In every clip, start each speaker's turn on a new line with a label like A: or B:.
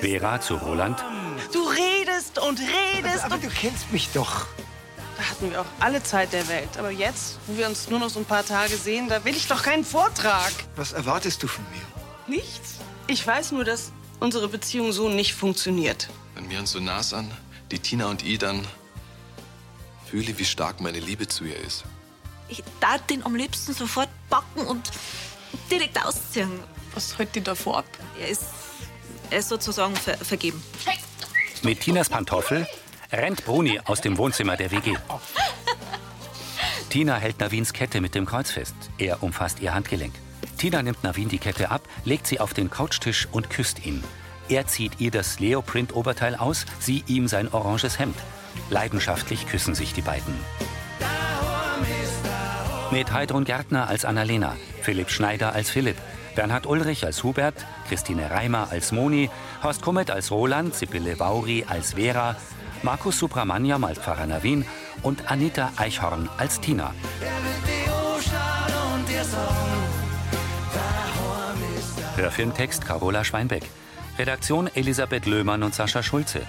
A: Vera zu Roland.
B: Du redest und redest
C: Aber
B: und
C: du kennst mich doch.
B: da hatten wir auch alle Zeit der Welt. Aber jetzt, wo wir uns nur noch so ein paar Tage sehen, da will ich doch keinen Vortrag.
C: Was erwartest du von mir?
B: Nichts. Ich weiß nur, dass unsere Beziehung so nicht funktioniert.
D: Wenn wir uns so nah an, die Tina und ich, dann fühle, wie stark meine Liebe zu ihr ist.
E: Ich darf den am liebsten sofort backen und direkt ausziehen.
F: Was hält die da vorab?
E: Er ist, er ist sozusagen ver vergeben.
A: Mit Tinas Pantoffel rennt Bruni aus dem Wohnzimmer der WG. Tina hält Navins Kette mit dem Kreuz fest. Er umfasst ihr Handgelenk. Tina nimmt Navin die Kette ab, legt sie auf den Couchtisch und küsst ihn. Er zieht ihr das Leoprint-Oberteil aus, sie ihm sein oranges Hemd. Leidenschaftlich küssen sich die beiden. Mit Heidrun Gärtner als Annalena, Philipp Schneider als Philipp, Bernhard Ulrich als Hubert, Christine Reimer als Moni, Horst Kummet als Roland, Sibylle Vauri als Vera, Markus Supramaniam als Pfarrer Navin und Anita Eichhorn als Tina. Hörfilmtext Carola Schweinbeck. Redaktion Elisabeth Löhmann und Sascha Schulze.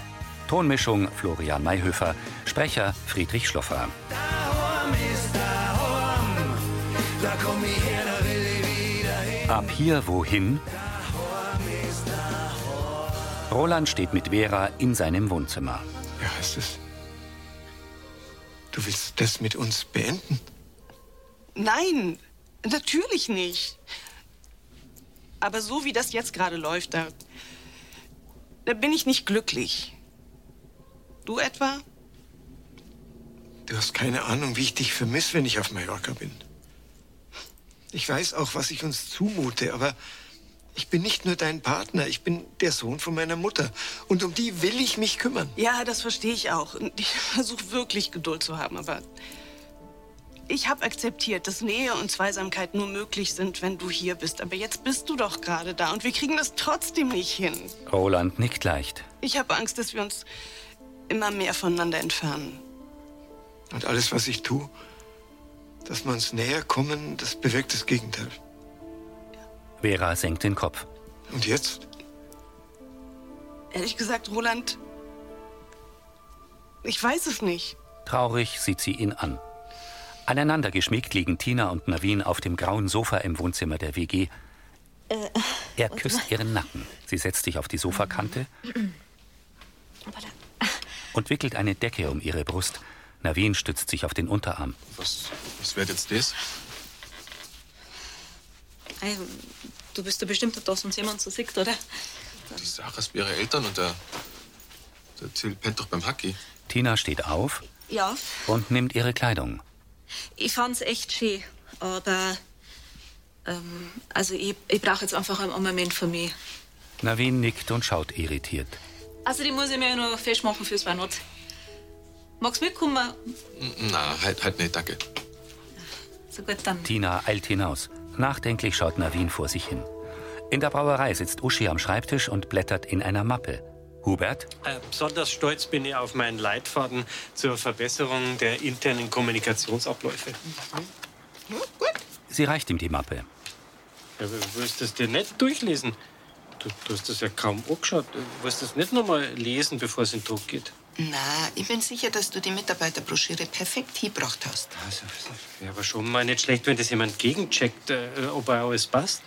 A: Tonmischung Florian Mayhöfer. Sprecher Friedrich Schloffer. Ab hier wohin? Roland steht mit Vera in seinem Wohnzimmer.
C: Ja, es ist. Du willst das mit uns beenden?
B: Nein, natürlich nicht. Aber so wie das jetzt gerade läuft, da, da bin ich nicht glücklich. Du etwa?
C: Du hast keine Ahnung, wie ich dich vermisse, wenn ich auf Mallorca bin. Ich weiß auch, was ich uns zumute, aber ich bin nicht nur dein Partner, ich bin der Sohn von meiner Mutter. Und um die will ich mich kümmern.
B: Ja, das verstehe ich auch. Und ich versuche wirklich Geduld zu haben, aber ich habe akzeptiert, dass Nähe und Zweisamkeit nur möglich sind, wenn du hier bist. Aber jetzt bist du doch gerade da und wir kriegen das trotzdem nicht hin.
A: Roland nickt leicht.
B: Ich habe Angst, dass wir uns immer mehr voneinander entfernen.
C: Und alles, was ich tue, dass wir uns näher kommen, das bewirkt das Gegenteil.
A: Vera senkt den Kopf.
C: Und jetzt?
B: Ehrlich gesagt, Roland, ich weiß es nicht.
A: Traurig sieht sie ihn an. Aneinander geschmiegt liegen Tina und Navin auf dem grauen Sofa im Wohnzimmer der WG. Er küsst ihren Nacken. Sie setzt sich auf die Sofakante und wickelt eine Decke um ihre Brust. Navin stützt sich auf den Unterarm.
D: Was, was wird jetzt das?
E: Ei, Du bist ja bestimmt, nicht, dass uns jemand so sieht, oder?
D: Die Sache ist bei ihren Eltern und der, der Till pennt doch beim Hacki.
A: Tina steht auf
E: Ja,
A: und nimmt ihre Kleidung.
E: ich fand's echt schön, aber ähm, also ich, ich brauche jetzt einfach einen Moment für mich.
A: Navin nickt und schaut irritiert.
E: Also die muss ich mir ja noch festmachen fürs Weihnachten. Magst du mitkommen?
D: Na, halt, halt nicht, danke.
E: So gut, dann.
A: Tina eilt hinaus. Nachdenklich schaut Navin vor sich hin. In der Brauerei sitzt Uschi am Schreibtisch und blättert in einer Mappe. Hubert?
G: Äh, Besonders stolz bin ich auf meinen Leitfaden zur Verbesserung der internen Kommunikationsabläufe.
A: Sie reicht ihm die Mappe.
G: Ja, aber du wirst das dir nicht durchlesen. Du, du hast das ja kaum angeschaut. Du wirst das nicht nochmal lesen, bevor es in den Druck geht.
H: Na, ich bin sicher, dass du die Mitarbeiterbroschüre perfekt hingebracht hast.
G: Also, wäre aber schon mal nicht schlecht, wenn das jemand gegencheckt, äh, ob er alles passt.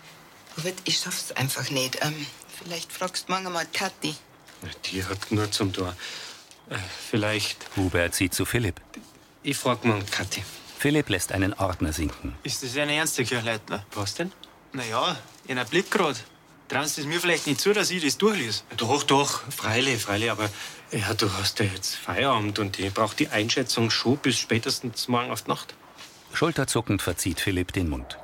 H: Robert, ich schaff's einfach nicht. Ähm, vielleicht fragst du morgen mal Kathi.
G: Na, Die hat nur zum Tor. Äh, vielleicht.
A: Hubert sieht zu Philipp.
G: Ich frag mal Kathi.
A: Philipp lässt einen Ordner sinken.
I: Ist das eine ernste Kirchleitner?
G: Was denn?
I: Naja, in einem Blick grad. Traust du es mir vielleicht nicht zu, dass ich das durchlese?
G: Doch, doch, freilich, freilich, aber ja, du hast ja jetzt Feierabend und ich brauche die Einschätzung schon bis spätestens morgen auf die Nacht.
A: Schulterzuckend verzieht Philipp den Mund.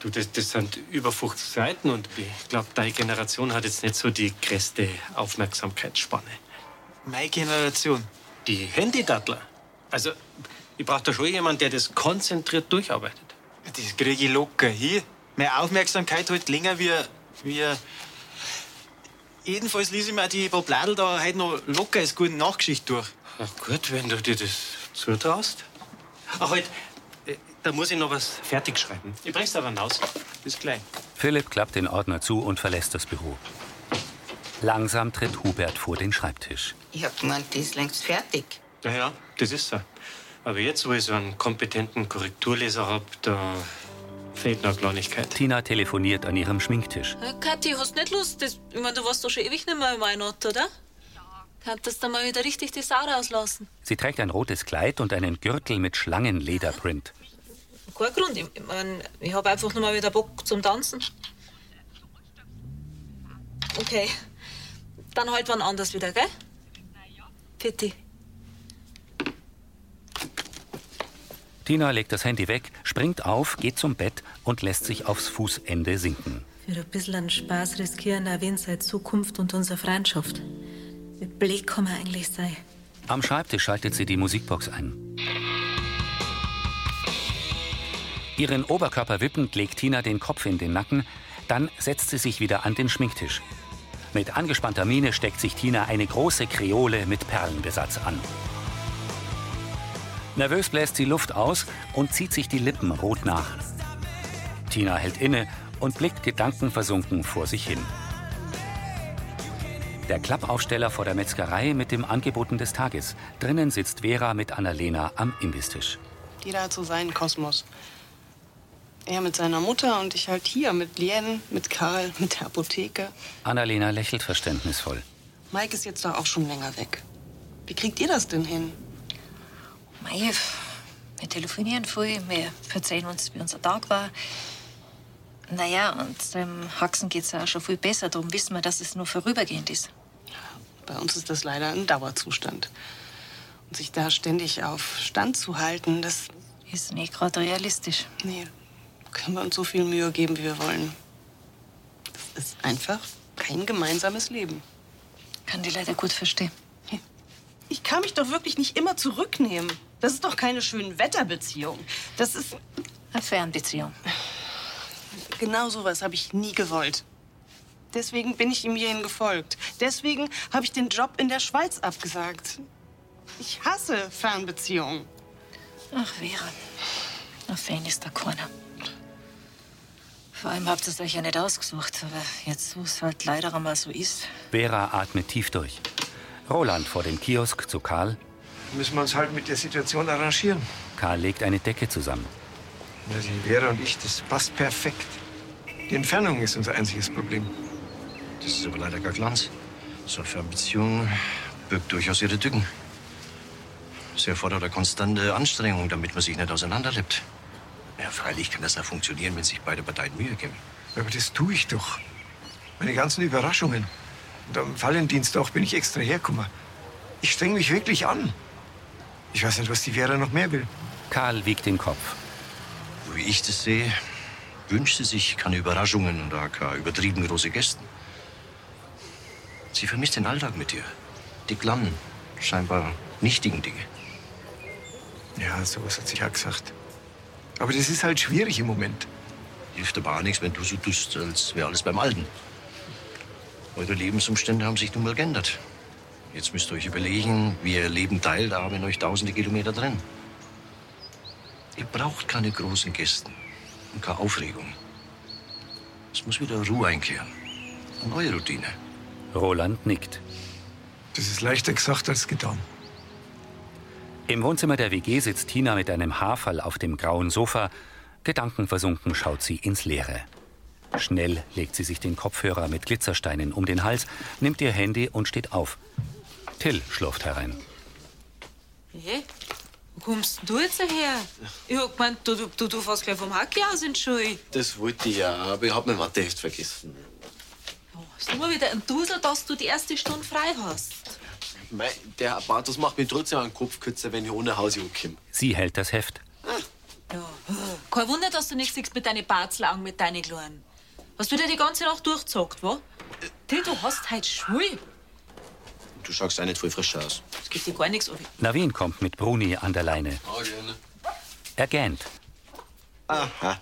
G: Du, das, das sind über 50 Seiten und ich glaube, deine Generation hat jetzt nicht so die größte Aufmerksamkeitsspanne.
I: Meine Generation.
G: Die Handydattler. Also, ich brauche da schon jemanden, der das konzentriert durcharbeitet.
I: Das krieg ich locker hin. Meine Aufmerksamkeit halt länger wie. wie Jedenfalls lese ich mir die paar Blättel da heute noch locker als gute Nachgeschichte durch.
G: Ach gut, wenn du dir das zutraust. Ach, halt, äh, da muss ich noch was fertig schreiben. Ich brech's aber hinaus. Bis gleich.
A: Philipp klappt den Ordner zu und verlässt das Büro. Langsam tritt Hubert vor den Schreibtisch.
H: Ich hab gemeint, die ist längst fertig.
G: Ja, ja, das ist so. Aber jetzt, wo ich so einen kompetenten Korrekturleser habe, da fehlt noch eine Kleinigkeit.
A: Tina telefoniert an ihrem Schminktisch.
E: Ja, Äh, Kathi, hast nicht Lust? Das, ich mein, du warst doch schon ewig nicht mehr im Weihnacht, oder? Könntest du mal wieder richtig die Sau rauslassen?
A: Sie trägt ein rotes Kleid und einen Gürtel mit Schlangenlederprint.
E: Kein Grund. Ich, ich, mein, ich habe einfach nur mal wieder Bock zum Tanzen. Okay. Dann halt wann anders wieder, gell? Bitte.
A: Tina legt das Handy weg, springt auf, geht zum Bett und lässt sich aufs Fußende sinken.
E: Für ein bisschen an Spaß riskieren erwähnt seine Zukunft und unsere Freundschaft. Wie blöd kann man eigentlich sein?
A: Am Schreibtisch schaltet sie die Musikbox ein. Ihren Oberkörper wippend legt Tina den Kopf in den Nacken, dann setzt sie sich wieder an den Schminktisch. Mit angespannter Miene steckt sich Tina eine große Kreole mit Perlenbesatz an. Nervös bläst sie Luft aus und zieht sich die Lippen rot nach. Tina hält inne und blickt gedankenversunken vor sich hin. Der Klappaufsteller vor der Metzgerei mit dem Angeboten des Tages. Drinnen sitzt Vera mit Annalena am Imbistisch.
B: Jeder hat so seinen Kosmos. Er mit seiner Mutter und ich halt hier mit Lien, mit Karl, mit der Apotheke.
A: Annalena lächelt verständnisvoll.
B: Mike ist jetzt da auch schon länger weg. Wie kriegt ihr das denn hin?
F: Mei, wir telefonieren viel, wir erzählen uns, wie unser Tag war. Naja, und dem Haxen geht's ja auch schon viel besser. Darum wissen wir, dass es nur vorübergehend ist.
B: Bei uns ist das leider ein Dauerzustand. Und sich da ständig auf Stand zu halten, das
F: Ist nicht gerade realistisch.
B: Nee, können wir uns so viel Mühe geben, wie wir wollen. Das ist einfach kein gemeinsames Leben.
F: Kann die leider gut verstehen.
B: Ich kann mich doch wirklich nicht immer zurücknehmen. Das ist doch keine schöne Wetterbeziehung. Das ist
F: Eine Fernbeziehung.
B: Genau sowas habe ich nie gewollt. Deswegen bin ich ihm hierhin gefolgt. Deswegen habe ich den Job in der Schweiz abgesagt. Ich hasse Fernbeziehungen.
F: Ach, Vera. Ein Fan ist da keiner. Vor allem habt ihr es euch ja nicht ausgesucht, aber jetzt, wo es halt leider einmal so ist.
A: Vera atmet tief durch. Roland vor dem Kiosk zu Karl.
C: Müssen wir uns halt mit der Situation arrangieren.
A: Karl legt eine Decke zusammen.
C: Ja, die Vera und ich, das passt perfekt. Die Entfernung ist unser einziges Problem.
J: Das ist aber leider kein Glanz. So eine Fernbeziehung birgt durchaus ihre Tücken. Sie erfordert eine konstante Anstrengung, damit man sich nicht auseinanderlebt. Ja, freilich kann das ja funktionieren, wenn sich beide Parteien Mühe geben.
C: Aber das tue ich doch. Meine ganzen Überraschungen. Und am Valentinst auch bin ich extra hergekommen. Ich streng mich wirklich an. Ich weiß nicht, was die Vera noch mehr will.
A: Karl wiegt den Kopf.
J: Wie ich das sehe, wünscht sie sich keine Überraschungen und auch keine übertrieben große Gästen. Sie vermisst den Alltag mit dir. Die kleinen, scheinbar nichtigen Dinge.
C: Ja, sowas hat sich auch gesagt. Aber das ist halt schwierig im Moment.
J: Hilft aber auch nichts, wenn du so tust, als wäre alles beim Alten. Eure Lebensumstände haben sich nun mal geändert. Jetzt müsst ihr euch überlegen, wie ihr Leben teilt, aber in euch tausende Kilometer drin. Ihr braucht keine großen Gästen und keine Aufregung. Es muss wieder Ruhe einkehren. Eine neue Routine.
A: Roland nickt.
C: Das ist leichter gesagt als getan.
A: Im Wohnzimmer der WG sitzt Tina mit einem Haarfall auf dem grauen Sofa. Gedankenversunken schaut sie ins Leere. Schnell legt sie sich den Kopfhörer mit Glitzersteinen um den Hals, nimmt ihr Handy und steht auf. Till schlurft herein.
E: Hä? Wo kommst denn du jetzt her? Ich hab gemeint, du, du, du, du fährst gleich vom Hacki aus in die Schule.
K: Das wollte ich ja, aber ich hab mein Matheheft vergessen.
E: Hast du mal wieder einen Dusel, dass du die erste Stunde frei hast?
K: Mei, der Bartos macht mir trotzdem einen Kopf kürzer, wenn ich ohne Hause ankomme.
A: Sie hält das Heft.
E: Kein Wunder, dass du nichts siehst mit deinen Barzlaugen, mit deinen Kleinen. Hast du dir die ganze Nacht durchgezockt, wa? Till, du hast heute schwul.
K: Du schaust auch nicht voll frisch aus.
E: Es gibt dir gar nichts, Obi.
A: Navin kommt mit Bruni an der Leine. Er gähnt.
K: Aha.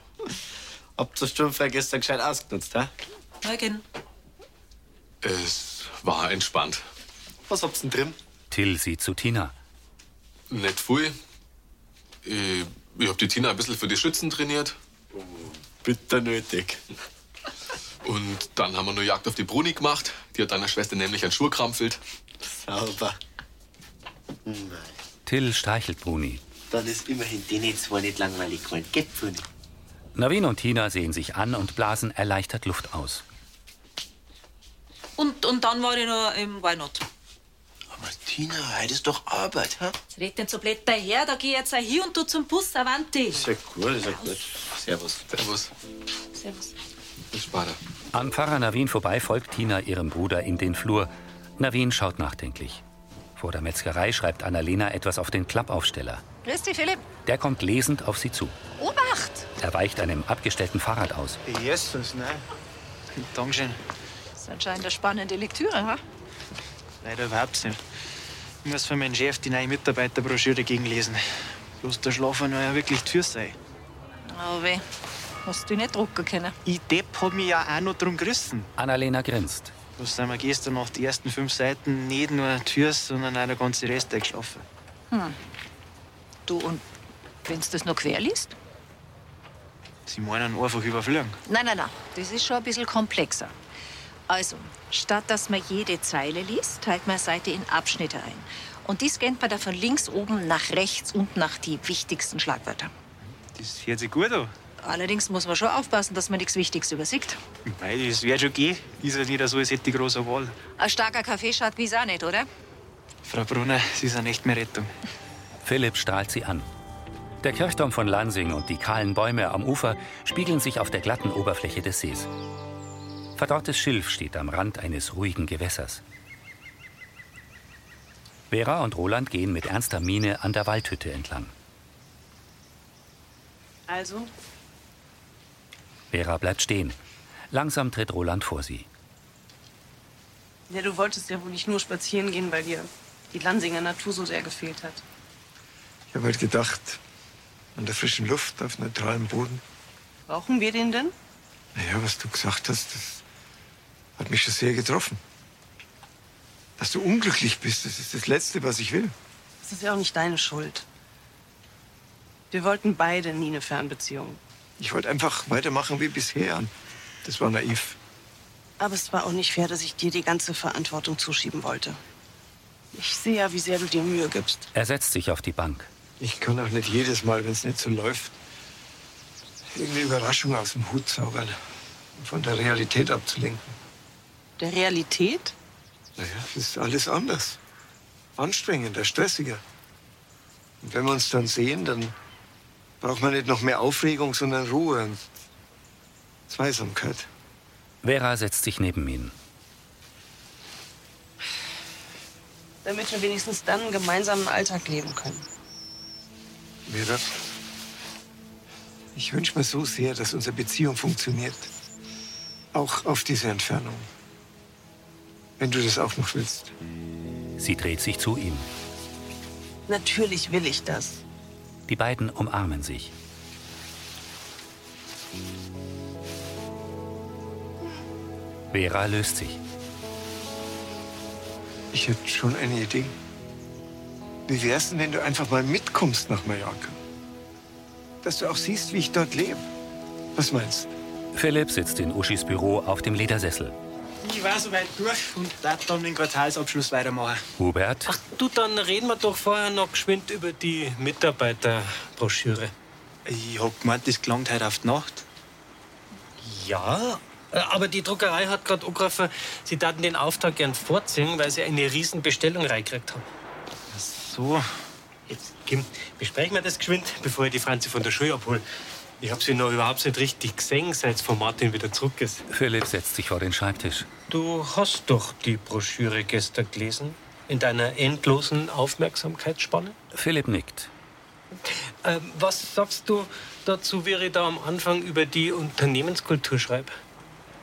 K: Habt ihr schon vergessen gescheit ausgenutzt, hä?
E: Morgen.
K: Es war entspannt. Was habt's denn drin?
A: Till sieht zu Tina.
L: Nicht viel.
D: Äh,
L: Ich, ich hab die Tina ein bisschen für die Schützen trainiert.
K: Bitter nötig.
L: Und dann haben wir nur Jagd auf die Bruni gemacht. Die hat deiner Schwester nämlich einen Schuh krampfelt.
M: Sauber. Nein.
A: Till streichelt Bruni.
M: Dann ist immerhin denen zwar nicht langweilig geworden. Gell, Bruni?
A: Navin und Tina sehen sich an und blasen erleichtert Luft aus.
E: Und, und dann war ich noch im Weinot.
M: Tina, heute ist doch Arbeit, ha?
E: Jetzt red nicht so blöd daher, da geh ich jetzt auch hier und du zum Bus, Avanti.
M: Ist ja gut, ist ja gut.
D: Servus. Servus.
E: Servus.
D: Bis später.
A: An Pfarrer Navin vorbei folgt Tina ihrem Bruder in den Flur. Navin schaut nachdenklich. Vor der Metzgerei schreibt Annalena etwas auf den Klappaufsteller.
N: Grüß dich, Philipp.
A: Der kommt lesend auf sie zu.
N: Obacht!
A: Er weicht einem abgestellten Fahrrad aus.
I: Jesus, nein. Dankeschön.
N: Das ist anscheinend eine spannende Lektüre, ha?
I: Leider überhaupt nicht. Ich muss von meinem Chef die neue Mitarbeiterbroschüre gegenlesen. Bloß der Schlafen war ja wirklich die Tür sei.
N: Aber Oh, weh, hast du nicht drucken können.
I: Ich Depp hat mich ja auch noch drum gerissen.
A: Annalena grinst.
I: Hm. Bloß sind wir gestern nach den ersten fünf Seiten nicht nur Türs, sondern auch der ganze Rest eingeschlafen.
N: Hm. Du, und wenn du das noch quer liest?
I: Sie meinen einfach überfliegen.
N: Nein, nein, nein, das ist schon ein bisschen komplexer. Also, statt dass man jede Zeile liest, teilt man eine Seite in Abschnitte ein. Und die scannt man dann von links oben nach rechts und nach die wichtigsten Schlagwörter.
I: Das hört sich gut an.
N: Allerdings muss man schon aufpassen, dass man nichts Wichtiges übersieht.
I: Mei, das wäre schon geh. Ist ja nicht so, als hätte ich große Wahl.
N: Ein starker Kaffee schadet wie's auch nicht, oder?
I: Frau Brunner, Sie sind echt mehr Rettung.
A: Philipp strahlt sie an. Der Kirchturm von Lansing und die kahlen Bäume am Ufer spiegeln sich auf der glatten Oberfläche des Sees. Verdorrtes Schilf steht am Rand eines ruhigen Gewässers. Vera und Roland gehen mit ernster Miene an der Waldhütte entlang.
B: Also,
A: Vera bleibt stehen. Langsam tritt Roland vor sie.
B: ja, du wolltest ja wohl nicht nur spazieren gehen, weil dir die Lansinger Natur so sehr gefehlt hat.
C: Ich habe halt gedacht, an der frischen Luft, auf neutralem Boden.
B: Brauchen wir den denn?
C: Naja, was du gesagt hast, das hat mich schon sehr getroffen. Dass du unglücklich bist, das ist das Letzte, was ich will.
B: Das ist ja auch nicht deine Schuld. Wir wollten beide nie eine Fernbeziehung.
C: Ich wollte einfach weitermachen wie bisher. Das war naiv.
B: Aber es war auch nicht fair, dass ich dir die ganze Verantwortung zuschieben wollte. Ich sehe ja, wie sehr du dir Mühe gibst.
A: Er setzt sich auf die Bank.
C: Ich kann auch nicht jedes Mal, wenn es nicht so läuft, irgendeine Überraschung aus dem Hut zaubern, um von der Realität abzulenken.
B: Der Realität?
C: Naja, es ist alles anders. Anstrengender, stressiger. Und wenn wir uns dann sehen, dann braucht man nicht noch mehr Aufregung, sondern Ruhe und Zweisamkeit.
A: Vera setzt sich neben ihn.
B: Damit wir wenigstens dann einen gemeinsamen Alltag leben können.
C: Vera, ich wünsche mir so sehr, dass unsere Beziehung funktioniert. Auch auf diese Entfernung. Wenn du das auch noch willst.
A: Sie dreht sich zu ihm.
B: Natürlich will ich das.
A: Die beiden umarmen sich. Vera löst sich.
C: Ich hätte schon eine Idee. Wie wär's denn, wenn du einfach mal mitkommst nach Mallorca? Dass du auch siehst, wie ich dort lebe. Was meinst du?
A: Philipp sitzt in Uschis Büro auf dem Ledersessel.
I: Ich war soweit durch und darf dann den Quartalsabschluss weitermachen.
A: Hubert,
G: Du, dann reden wir doch vorher noch geschwind über die Mitarbeiterbroschüre.
I: Ich hab gemeint, das gelangt heute auf die Nacht.
G: Ja, äh, aber die Druckerei hat gerade angerufen, sie daten den Auftrag gern vorziehen, weil sie eine riesen Bestellung reingekriegt haben. Ach
I: so.
G: Jetzt, Kim, besprechen wir das geschwind, bevor ich die Franzi von der Schule abhole. Ich habe sie noch überhaupt nicht richtig gesehen, seit von Martin wieder zurück ist.
A: Philipp setzt sich vor den Schreibtisch.
G: Du hast doch die Broschüre gestern gelesen, in deiner endlosen Aufmerksamkeitsspanne.
A: Philipp nickt.
G: Ähm, was sagst du dazu, wie ich da am Anfang über die Unternehmenskultur schreibe?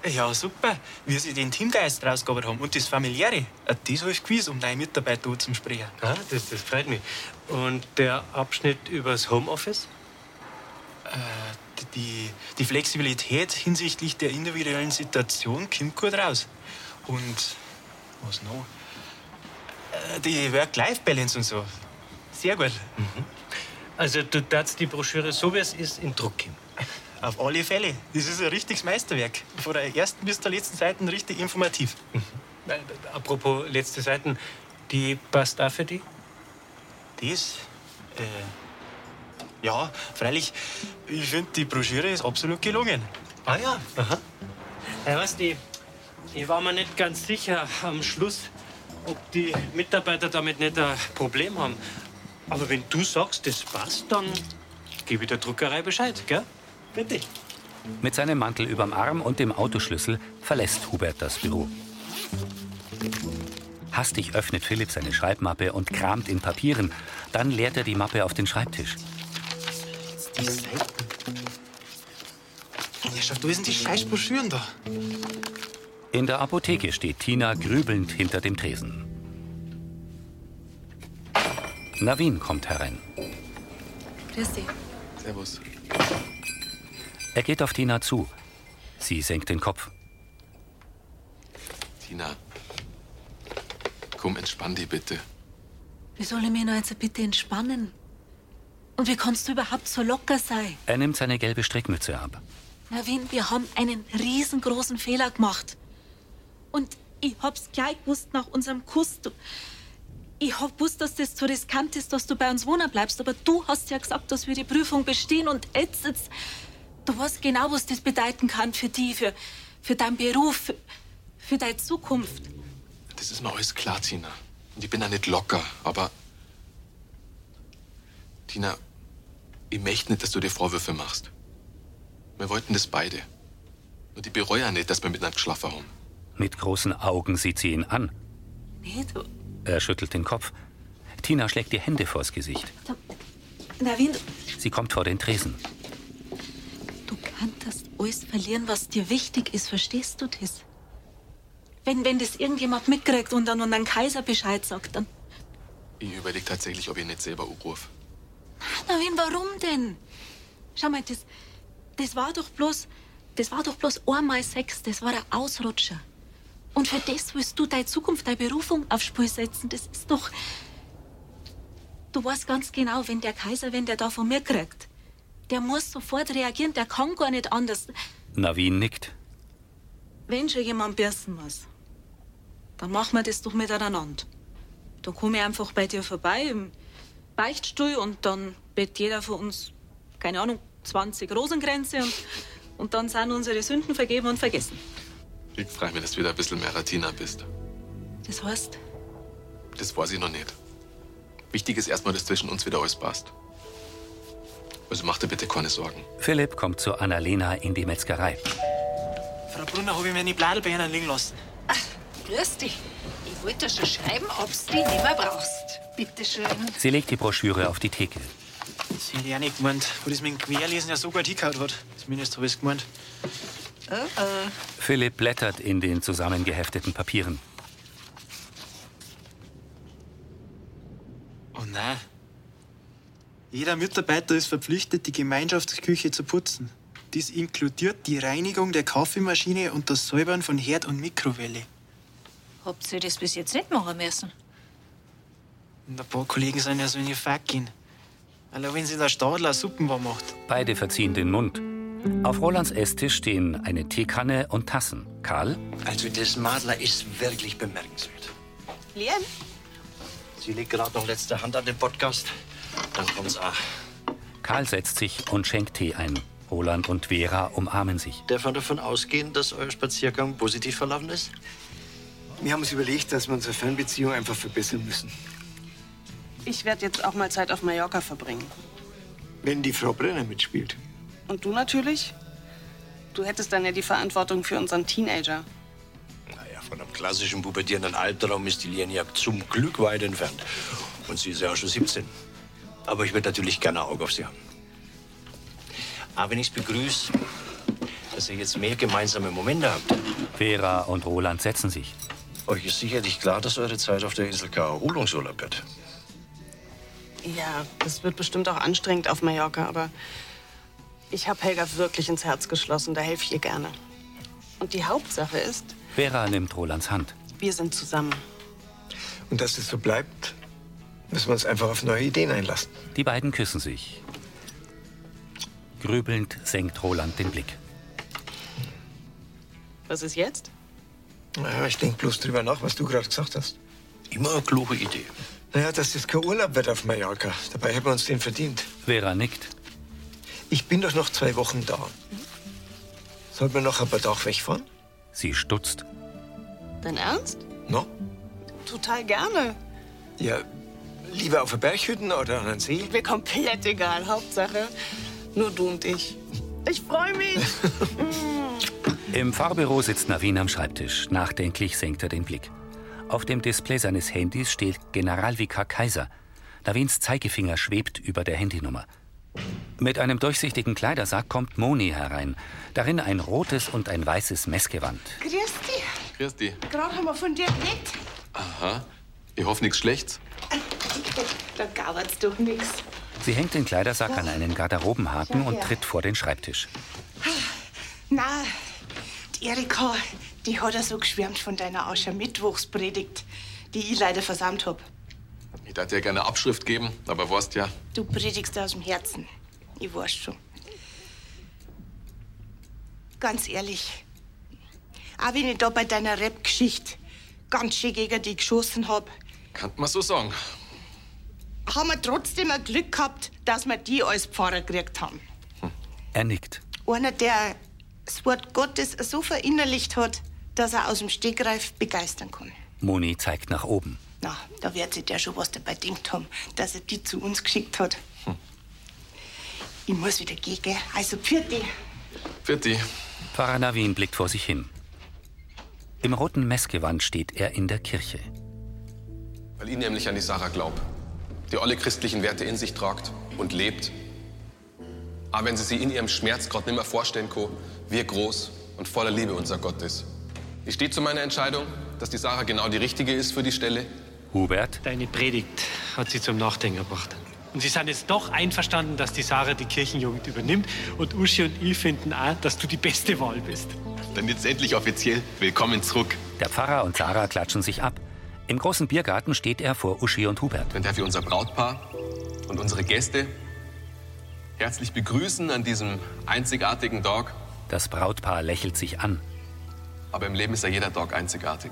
I: Ja, super. Wie sie den Teamgeist rausgearbeitet haben und das Familiäre. Äh, Das habe ich gewusst, um deine Mitarbeiter anzusprechen.
G: Ah, das, das freut mich. Und der Abschnitt übers Homeoffice?
I: Äh, die, die Flexibilität hinsichtlich der individuellen Situation kommt gut raus. Und was noch? Äh, Die Work-Life-Balance und so. Sehr gut.
G: Mhm. Also, du darfst die Broschüre so, wie es ist, in Druck geben.
I: Auf alle Fälle. Das ist ein richtiges Meisterwerk. Von der ersten bis zur letzten Seite richtig informativ.
G: Äh, Apropos letzte Seiten, die passt auch für die?
I: Das? Äh, ja, freilich, ich finde, die Broschüre ist absolut gelungen. Ah ja. Aha.
G: Ja, was die? Ich war mir nicht ganz sicher am Schluss, ob die Mitarbeiter damit nicht ein Problem haben. Aber wenn du sagst, das passt, dann gebe ich der Druckerei Bescheid, gell? Bitte.
A: Mit seinem Mantel überm Arm und dem Autoschlüssel verlässt Hubert das Büro. Hastig öffnet Philipp seine Schreibmappe und kramt in Papieren. Dann leert er die Mappe auf den Schreibtisch.
I: Die Seiten. Ja, schau, du sind die scheiß Broschüren da.
A: In der Apotheke steht Tina grübelnd hinter dem Tresen. Navin kommt herein.
O: Grüß dich.
D: Servus.
A: Er geht auf Tina zu. Sie senkt den Kopf.
D: Tina, komm, entspann dich bitte.
E: Wie soll ich mich noch jetzt bitte entspannen? Und wie kannst du überhaupt so locker sein?
A: Er nimmt seine gelbe Strickmütze ab.
E: Navin, wir haben einen riesengroßen Fehler gemacht. Und ich hab's gleich gewusst nach unserem Kuss. Du, ich hab gewusst, dass das zu riskant ist, dass du bei uns wohnen bleibst. Aber du hast ja gesagt, dass wir die Prüfung bestehen. Und jetzt, jetzt du weißt genau, was das bedeuten kann für dich, für, für deinen Beruf, für, für deine Zukunft.
D: Das ist mir alles klar, Tina. Und ich bin da nicht locker, aber. Tina, ich möchte nicht, dass du dir Vorwürfe machst. Wir wollten das beide. Und ich bereue auch nicht, dass wir miteinander geschlafen haben.
A: Mit großen Augen sieht sie ihn an.
E: Nee, du,
A: Er schüttelt den Kopf. Tina schlägt die Hände vors Gesicht.
E: Navin, du,
A: Sie kommt vor den Tresen.
E: du kannst alles verlieren, was dir wichtig ist. Verstehst du das? Wenn, wenn das irgendjemand mitkriegt und dann und dann Kaiser Bescheid sagt, dann.
D: Ich überlege tatsächlich, ob ich nicht selber anrufe.
E: Navin, warum denn? Schau mal, das, das war doch bloß. Das war doch bloß einmal Sex, das war ein Ausrutscher. Und für das willst du deine Zukunft, deine Berufung aufs Spiel setzen. Das ist doch. Du weißt ganz genau, wenn der Kaiser, wenn der da von mir kriegt, der muss sofort reagieren, der kann gar nicht anders.
A: Navin nickt.
E: Wenn schon jemand bürsten muss, dann machen wir das doch miteinander. Dann komme ich einfach bei dir vorbei im Beichtstuhl und dann bet jeder von uns, keine Ahnung, 20 Rosenkränze und, und dann sind unsere Sünden vergeben und vergessen.
D: Ich freue mich, dass du wieder ein bisschen mehr eine Tina bist.
E: Das heißt,
D: Das weiß ich noch nicht. Wichtig ist erstmal, dass zwischen uns wieder alles passt. Also mach dir bitte keine Sorgen.
A: Philipp kommt zu Annalena in die Metzgerei.
I: Frau Brunner, habe ich meine Bladel bei Ihnen liegen lassen.
N: Grüß dich. Ich wollte dir schon schreiben, ob's die nicht mehr brauchst. Bitte schön.
A: Sie legt die Broschüre auf die Theke.
I: Das hätte ich auch nicht gemeint, wo das mit dem Querlesen ja so gut hingehauen hat. Zumindest habe ich es gemeint.
N: Oh, oh.
A: Philipp blättert in den zusammengehefteten Papieren.
I: Oh nein. Jeder Mitarbeiter ist verpflichtet, die Gemeinschaftsküche zu putzen. Dies inkludiert die Reinigung der Kaffeemaschine und das Säubern von Herd und Mikrowelle.
N: Habt ihr das bis jetzt nicht machen müssen?
I: Und ein paar Kollegen sind ja so in die Fuck gehen. Allein wenn sie der Stadler Suppenbar macht.
A: Beide verziehen den Mund. Auf Rolands Esstisch stehen eine Teekanne und Tassen. Karl?
J: Also das Madler ist wirklich bemerkenswert.
H: Liam?
J: Sie legt gerade noch letzte Hand an den Podcast. Dann kommt's auch.
A: Karl setzt sich und schenkt Tee ein. Roland und Vera umarmen sich.
J: Darf man davon ausgehen, dass euer Spaziergang positiv verlaufen ist?
C: Wir haben uns überlegt, dass wir unsere Fernbeziehung einfach verbessern müssen.
B: Ich werde jetzt auch mal Zeit auf Mallorca verbringen.
C: Wenn die Frau Brenner mitspielt.
B: Und du natürlich? Du hättest dann ja die Verantwortung für unseren Teenager.
J: Ja, von einem klassischen pubertierenden Albtraum ist die Lienjagd zum Glück weit entfernt. Und sie ist ja auch schon 17. Aber ich würde natürlich gerne ein Auge auf sie haben. Aber wenn ich es begrüße, dass ihr jetzt mehr gemeinsame Momente habt.
A: Vera und Roland setzen sich.
J: Euch ist sicherlich klar, dass eure Zeit auf der Insel kein Erholungsurlaub wird.
B: Ja, das wird bestimmt auch anstrengend auf Mallorca, aber ich habe Helga wirklich ins Herz geschlossen. Da helfe ich ihr gerne. Und die Hauptsache ist,
A: Vera nimmt Rolands Hand.
B: wir sind zusammen.
C: Und dass es so bleibt, müssen wir uns einfach auf neue Ideen einlassen.
A: Die beiden küssen sich. Grübelnd senkt Roland den Blick.
B: Was ist jetzt?
C: Ja, ich denke bloß drüber nach, was du gerade gesagt hast.
J: Immer eine kluge Idee.
C: Naja, dass es kein Urlaub wird auf Mallorca. Dabei hätten wir uns den verdient.
A: Vera nickt.
C: Ich bin doch noch zwei Wochen da. Sollten wir noch ein paar Tage wegfahren?
A: Sie stutzt.
B: Dein Ernst?
C: No?
B: Total gerne.
C: Ja, lieber auf eine Berghütten oder an einen See?
B: Mir komplett egal. Hauptsache, nur du und ich. Ich freue mich. Mm.
A: Im Fahrbüro sitzt Navin am Schreibtisch. Nachdenklich senkt er den Blick. Auf dem Display seines Handys steht Generalvikar Kaiser. Navins Zeigefinger schwebt über der Handynummer. Mit einem durchsichtigen Kleidersack kommt Moni herein. Darin ein rotes und ein weißes Messgewand.
B: Grüß dich.
D: Grüß dich.
B: Gerade haben wir von dir geredet.
D: Aha. Ich hoffe nichts Schlechtes.
B: Da gauert's doch nix.
A: Sie hängt den Kleidersack an einen Garderobenhaken und tritt vor den Schreibtisch.
B: Na, die Erika, die hat ja so geschwärmt von deiner Aschermittwochspredigt, die ich leider versammelt hab.
D: Ich hätte ja gerne eine Abschrift geben, aber weißt ja,
B: Du predigst aus dem Herzen. Ich weiß schon. Ganz ehrlich, auch wenn ich da bei deiner Rap-Geschichte ganz schön gegen dich geschossen hab,
D: kann man so sagen.
B: haben wir trotzdem ein Glück gehabt, dass wir die als Pfarrer gekriegt haben.
A: Er nickt.
B: Einer, der das Wort Gottes so verinnerlicht hat, dass er aus dem Stegreif begeistern kann.
A: Moni zeigt nach oben.
B: Na, da wird sich der schon was dabei denkt haben, dass er die zu uns geschickt hat. Ich muss wieder gehen, gell? Also, pfiat dich.
D: Für die.
A: Pfarrer Navin blickt vor sich hin. Im roten Messgewand steht er in der Kirche.
D: Weil ich nämlich an die Sarah glaub, die alle christlichen Werte in sich tragt und lebt. Aber wenn sie sich in ihrem Schmerz gerade nicht mehr vorstellen kann, wie groß und voller Liebe unser Gott ist. Ich stehe zu meiner Entscheidung, dass die Sarah genau die richtige ist für die Stelle.
A: Hubert?
G: Deine Predigt hat sie zum Nachdenken gebracht. Und sie sind jetzt doch einverstanden, dass die Sarah die Kirchenjugend übernimmt. Und Uschi und ich finden auch, dass du die beste Wahl bist.
D: Dann jetzt endlich offiziell willkommen zurück.
A: Der Pfarrer und Sarah klatschen sich ab. Im großen Biergarten steht er vor Uschi und Hubert.
D: Dann darf ich unser Brautpaar und unsere Gäste herzlich begrüßen an diesem einzigartigen Tag.
A: Das Brautpaar lächelt sich an.
D: Aber im Leben ist ja jeder Tag einzigartig.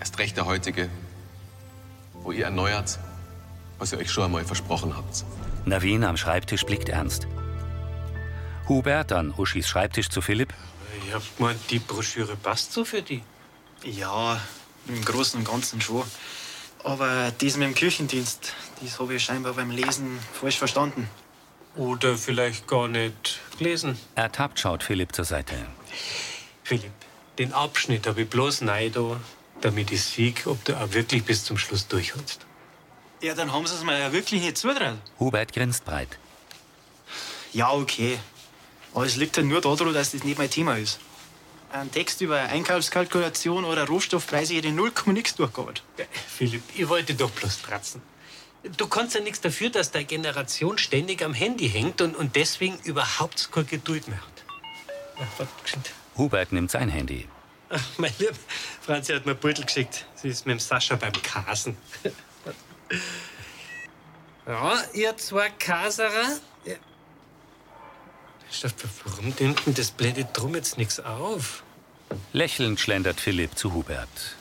D: Erst recht der heutige, wo ihr erneuert, was ihr euch schon einmal versprochen habt.
A: Navin am Schreibtisch blickt ernst. Hubert an Uschis Schreibtisch zu Philipp.
G: Ich hab gemeint, die Broschüre passt so für die.
I: Ja, im Großen und Ganzen schon. Aber das mit dem Kirchendienst, das habe ich scheinbar beim Lesen falsch verstanden.
G: Oder vielleicht gar nicht gelesen.
A: Ertappt schaut Philipp zur Seite.
G: Philipp, den Abschnitt habe ich bloß neu da, damit ich sieg, ob du auch wirklich bis zum Schluss durchholst.
I: Ja, dann haben sie es mir ja wirklich nicht zutraut.
A: Hubert grinst breit.
I: Ja, okay. Aber es liegt ja nur daran, dass das nicht mein Thema ist. Ein Text über Einkaufskalkulation oder Rohstoffpreise hätte 0, nichts durchgeholt.
G: Äh, Philipp, ich wollte doch bloß tratzen. Du kannst ja nichts dafür, dass deine Generation ständig am Handy hängt und, und deswegen überhaupt keine Geduld mehr hat. Ach, warte, geschwind.
A: Hubert nimmt sein Handy.
G: Ach, mein Lieb, Franzi hat mir einen Beutel geschickt. Sie ist mit dem Sascha beim Kasen. Ja, ihr zwei Kaserer. Ja. Stopp, Warum nimmt denn das blöde Drum jetzt nichts auf?
A: Lächelnd schlendert Philipp zu Hubert.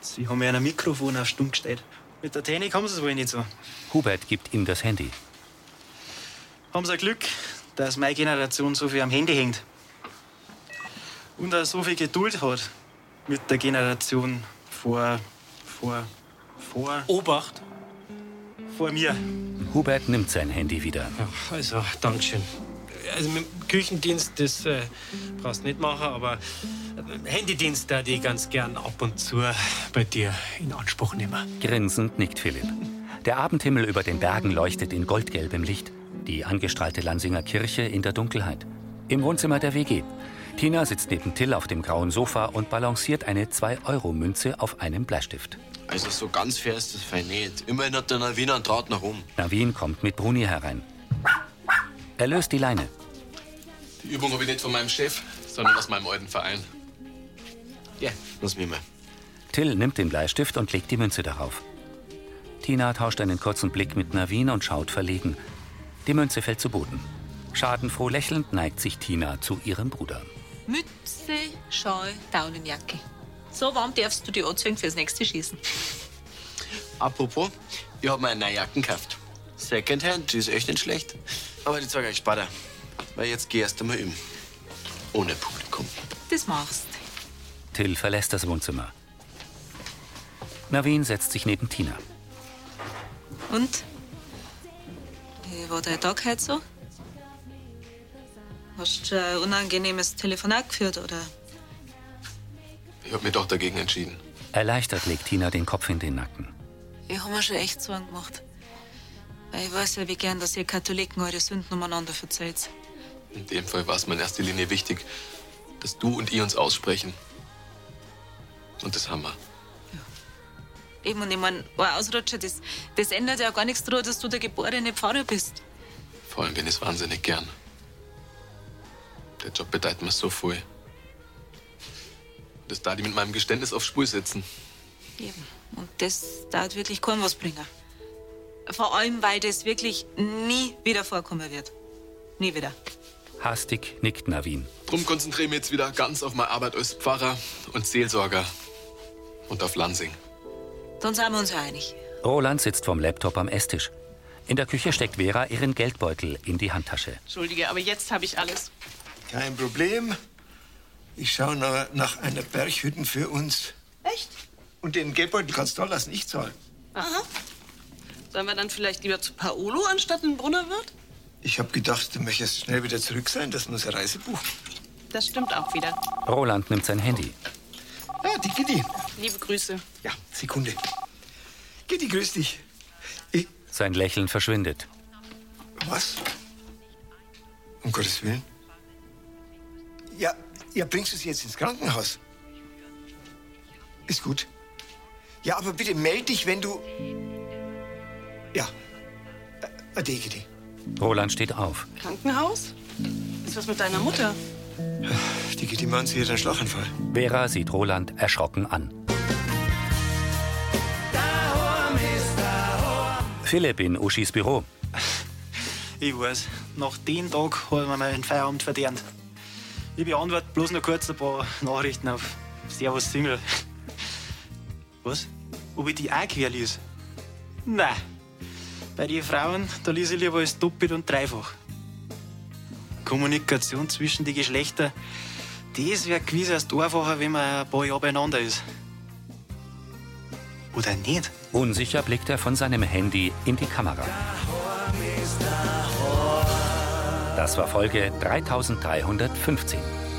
I: Sie haben mir ein Mikrofon auf Stumm gestellt. Mit der Technik haben sie es wohl nicht so.
A: Hubert gibt ihm das Handy.
I: Haben sie ein Glück, dass meine Generation so viel am Handy hängt. Und auch so viel Geduld hat mit der Generation vor. vor. vor.
G: Obacht!
I: vor mir.
A: Hubert nimmt sein Handy wieder.
G: Also, Dankeschön. Also mit dem Küchendienst, das äh, brauchst nicht machen, aber äh, Handydienst da die ganz gern ab und zu bei dir in Anspruch nehmen.
A: Grinsend nickt Philipp. Der Abendhimmel über den Bergen leuchtet in goldgelbem Licht. Die angestrahlte Lansinger Kirche in der Dunkelheit. Im Wohnzimmer der WG. Tina sitzt neben Till auf dem grauen Sofa und balanciert eine 2-Euro-Münze auf einem Bleistift.
M: Also so ganz fair ist das fein nicht. Immerhin hat der Navin einen Draht nach oben.
A: Navin kommt mit Bruni herein. Er löst die Leine.
D: Die Übung habe ich nicht von meinem Chef, sondern aus meinem alten Verein.
M: Ja, lass mich mal.
A: Till nimmt den Bleistift und legt die Münze darauf. Tina tauscht einen kurzen Blick mit Navin und schaut verlegen. Die Münze fällt zu Boden. Schadenfroh lächelnd neigt sich Tina zu ihrem Bruder.
E: Mütze, Schal, Daunenjacke. So warm darfst du die anziehen fürs nächste Schießen.
M: Apropos, ich habe mir eine neue Jacken gekauft. Secondhand, die ist echt nicht schlecht. Aber die zeige ich später. Weil jetzt geh erst einmal üben. Ohne Publikum.
E: Das machst.
A: Till verlässt das Wohnzimmer. Navin setzt sich neben Tina.
E: Und? Wie war dein Tag heute so? Hast du ein unangenehmes Telefonat geführt, oder?
D: Ich habe mich doch dagegen entschieden.
A: Erleichtert legt Tina den Kopf in den Nacken.
E: Ich hab mir schon echt Sorgen gemacht. Weil ich weiß ja, wie gern, dass ihr Katholiken eure Sünden umeinander verzeiht.
D: In dem Fall war es mir in erster Linie wichtig, dass du und ich uns aussprechen. Und das haben wir.
E: Eben, und ich mein, ein Ausrutscher, das, das ändert ja gar nichts daran, dass du der geborene Pfarrer bist.
D: Vor allem bin ich es wahnsinnig gern. Der Job bedeutet mir so viel. Dass da die mit meinem Geständnis auf Spur sitzen.
E: Eben. Und das darf wirklich keinem was bringen. Vor allem, weil das wirklich nie wieder vorkommen wird. Nie wieder.
A: Hastig nickt Navin.
D: Drum konzentriere mich jetzt wieder ganz auf meine Arbeit als Pfarrer und Seelsorger. Und auf Lansing.
E: Dann sind wir uns ja einig.
A: Roland sitzt vom Laptop am Esstisch. In der Küche steckt Vera ihren Geldbeutel in die Handtasche.
B: Entschuldige, aber jetzt habe ich alles.
C: Kein Problem. Ich schaue na- nach einer Berghütte für uns.
B: Echt?
C: Und den Geldbeutel kannst du da lassen, ich zahle.
B: Aha. Sollen wir dann vielleicht lieber zu Paolo anstatt in Brunnerwirt?
C: Ich habe gedacht, du möchtest schnell wieder zurück sein, dass wir unsere Reise buchen.
B: Das stimmt auch wieder.
A: Roland nimmt sein Handy.
C: Ah, die Gitti.
B: Liebe Grüße.
C: Ja, Sekunde. Gitti, grüß dich.
A: Sein Lächeln verschwindet.
C: Was? Um Gottes Willen. Ja, ja, bringst du sie jetzt ins Krankenhaus? Ist gut. Ja, aber bitte melde dich, wenn du... Ja. Ä- Ade, Gitti.
A: Roland steht auf.
B: Krankenhaus? Ist was mit deiner Mutter?
C: Die Gitti machen sie jetzt einen Schlaganfall.
A: Vera sieht Roland erschrocken an. Philipp in Uschis Büro.
I: Ich weiß, nach dem Tag haben wir mir einen Feierabend verdient. Ich beantworte bloß noch kurz ein paar Nachrichten auf Servus Single. Was? Ob ich die auch quer lese? Nein. Bei den Frauen, da lese ich lieber als doppelt und dreifach. Kommunikation zwischen den Geschlechtern, das wäre gewiss erst einfacher, wenn man ein paar Jahre beieinander ist. Oder nicht?
A: Unsicher blickt er von seinem Handy in die Kamera. Das war Folge 3315.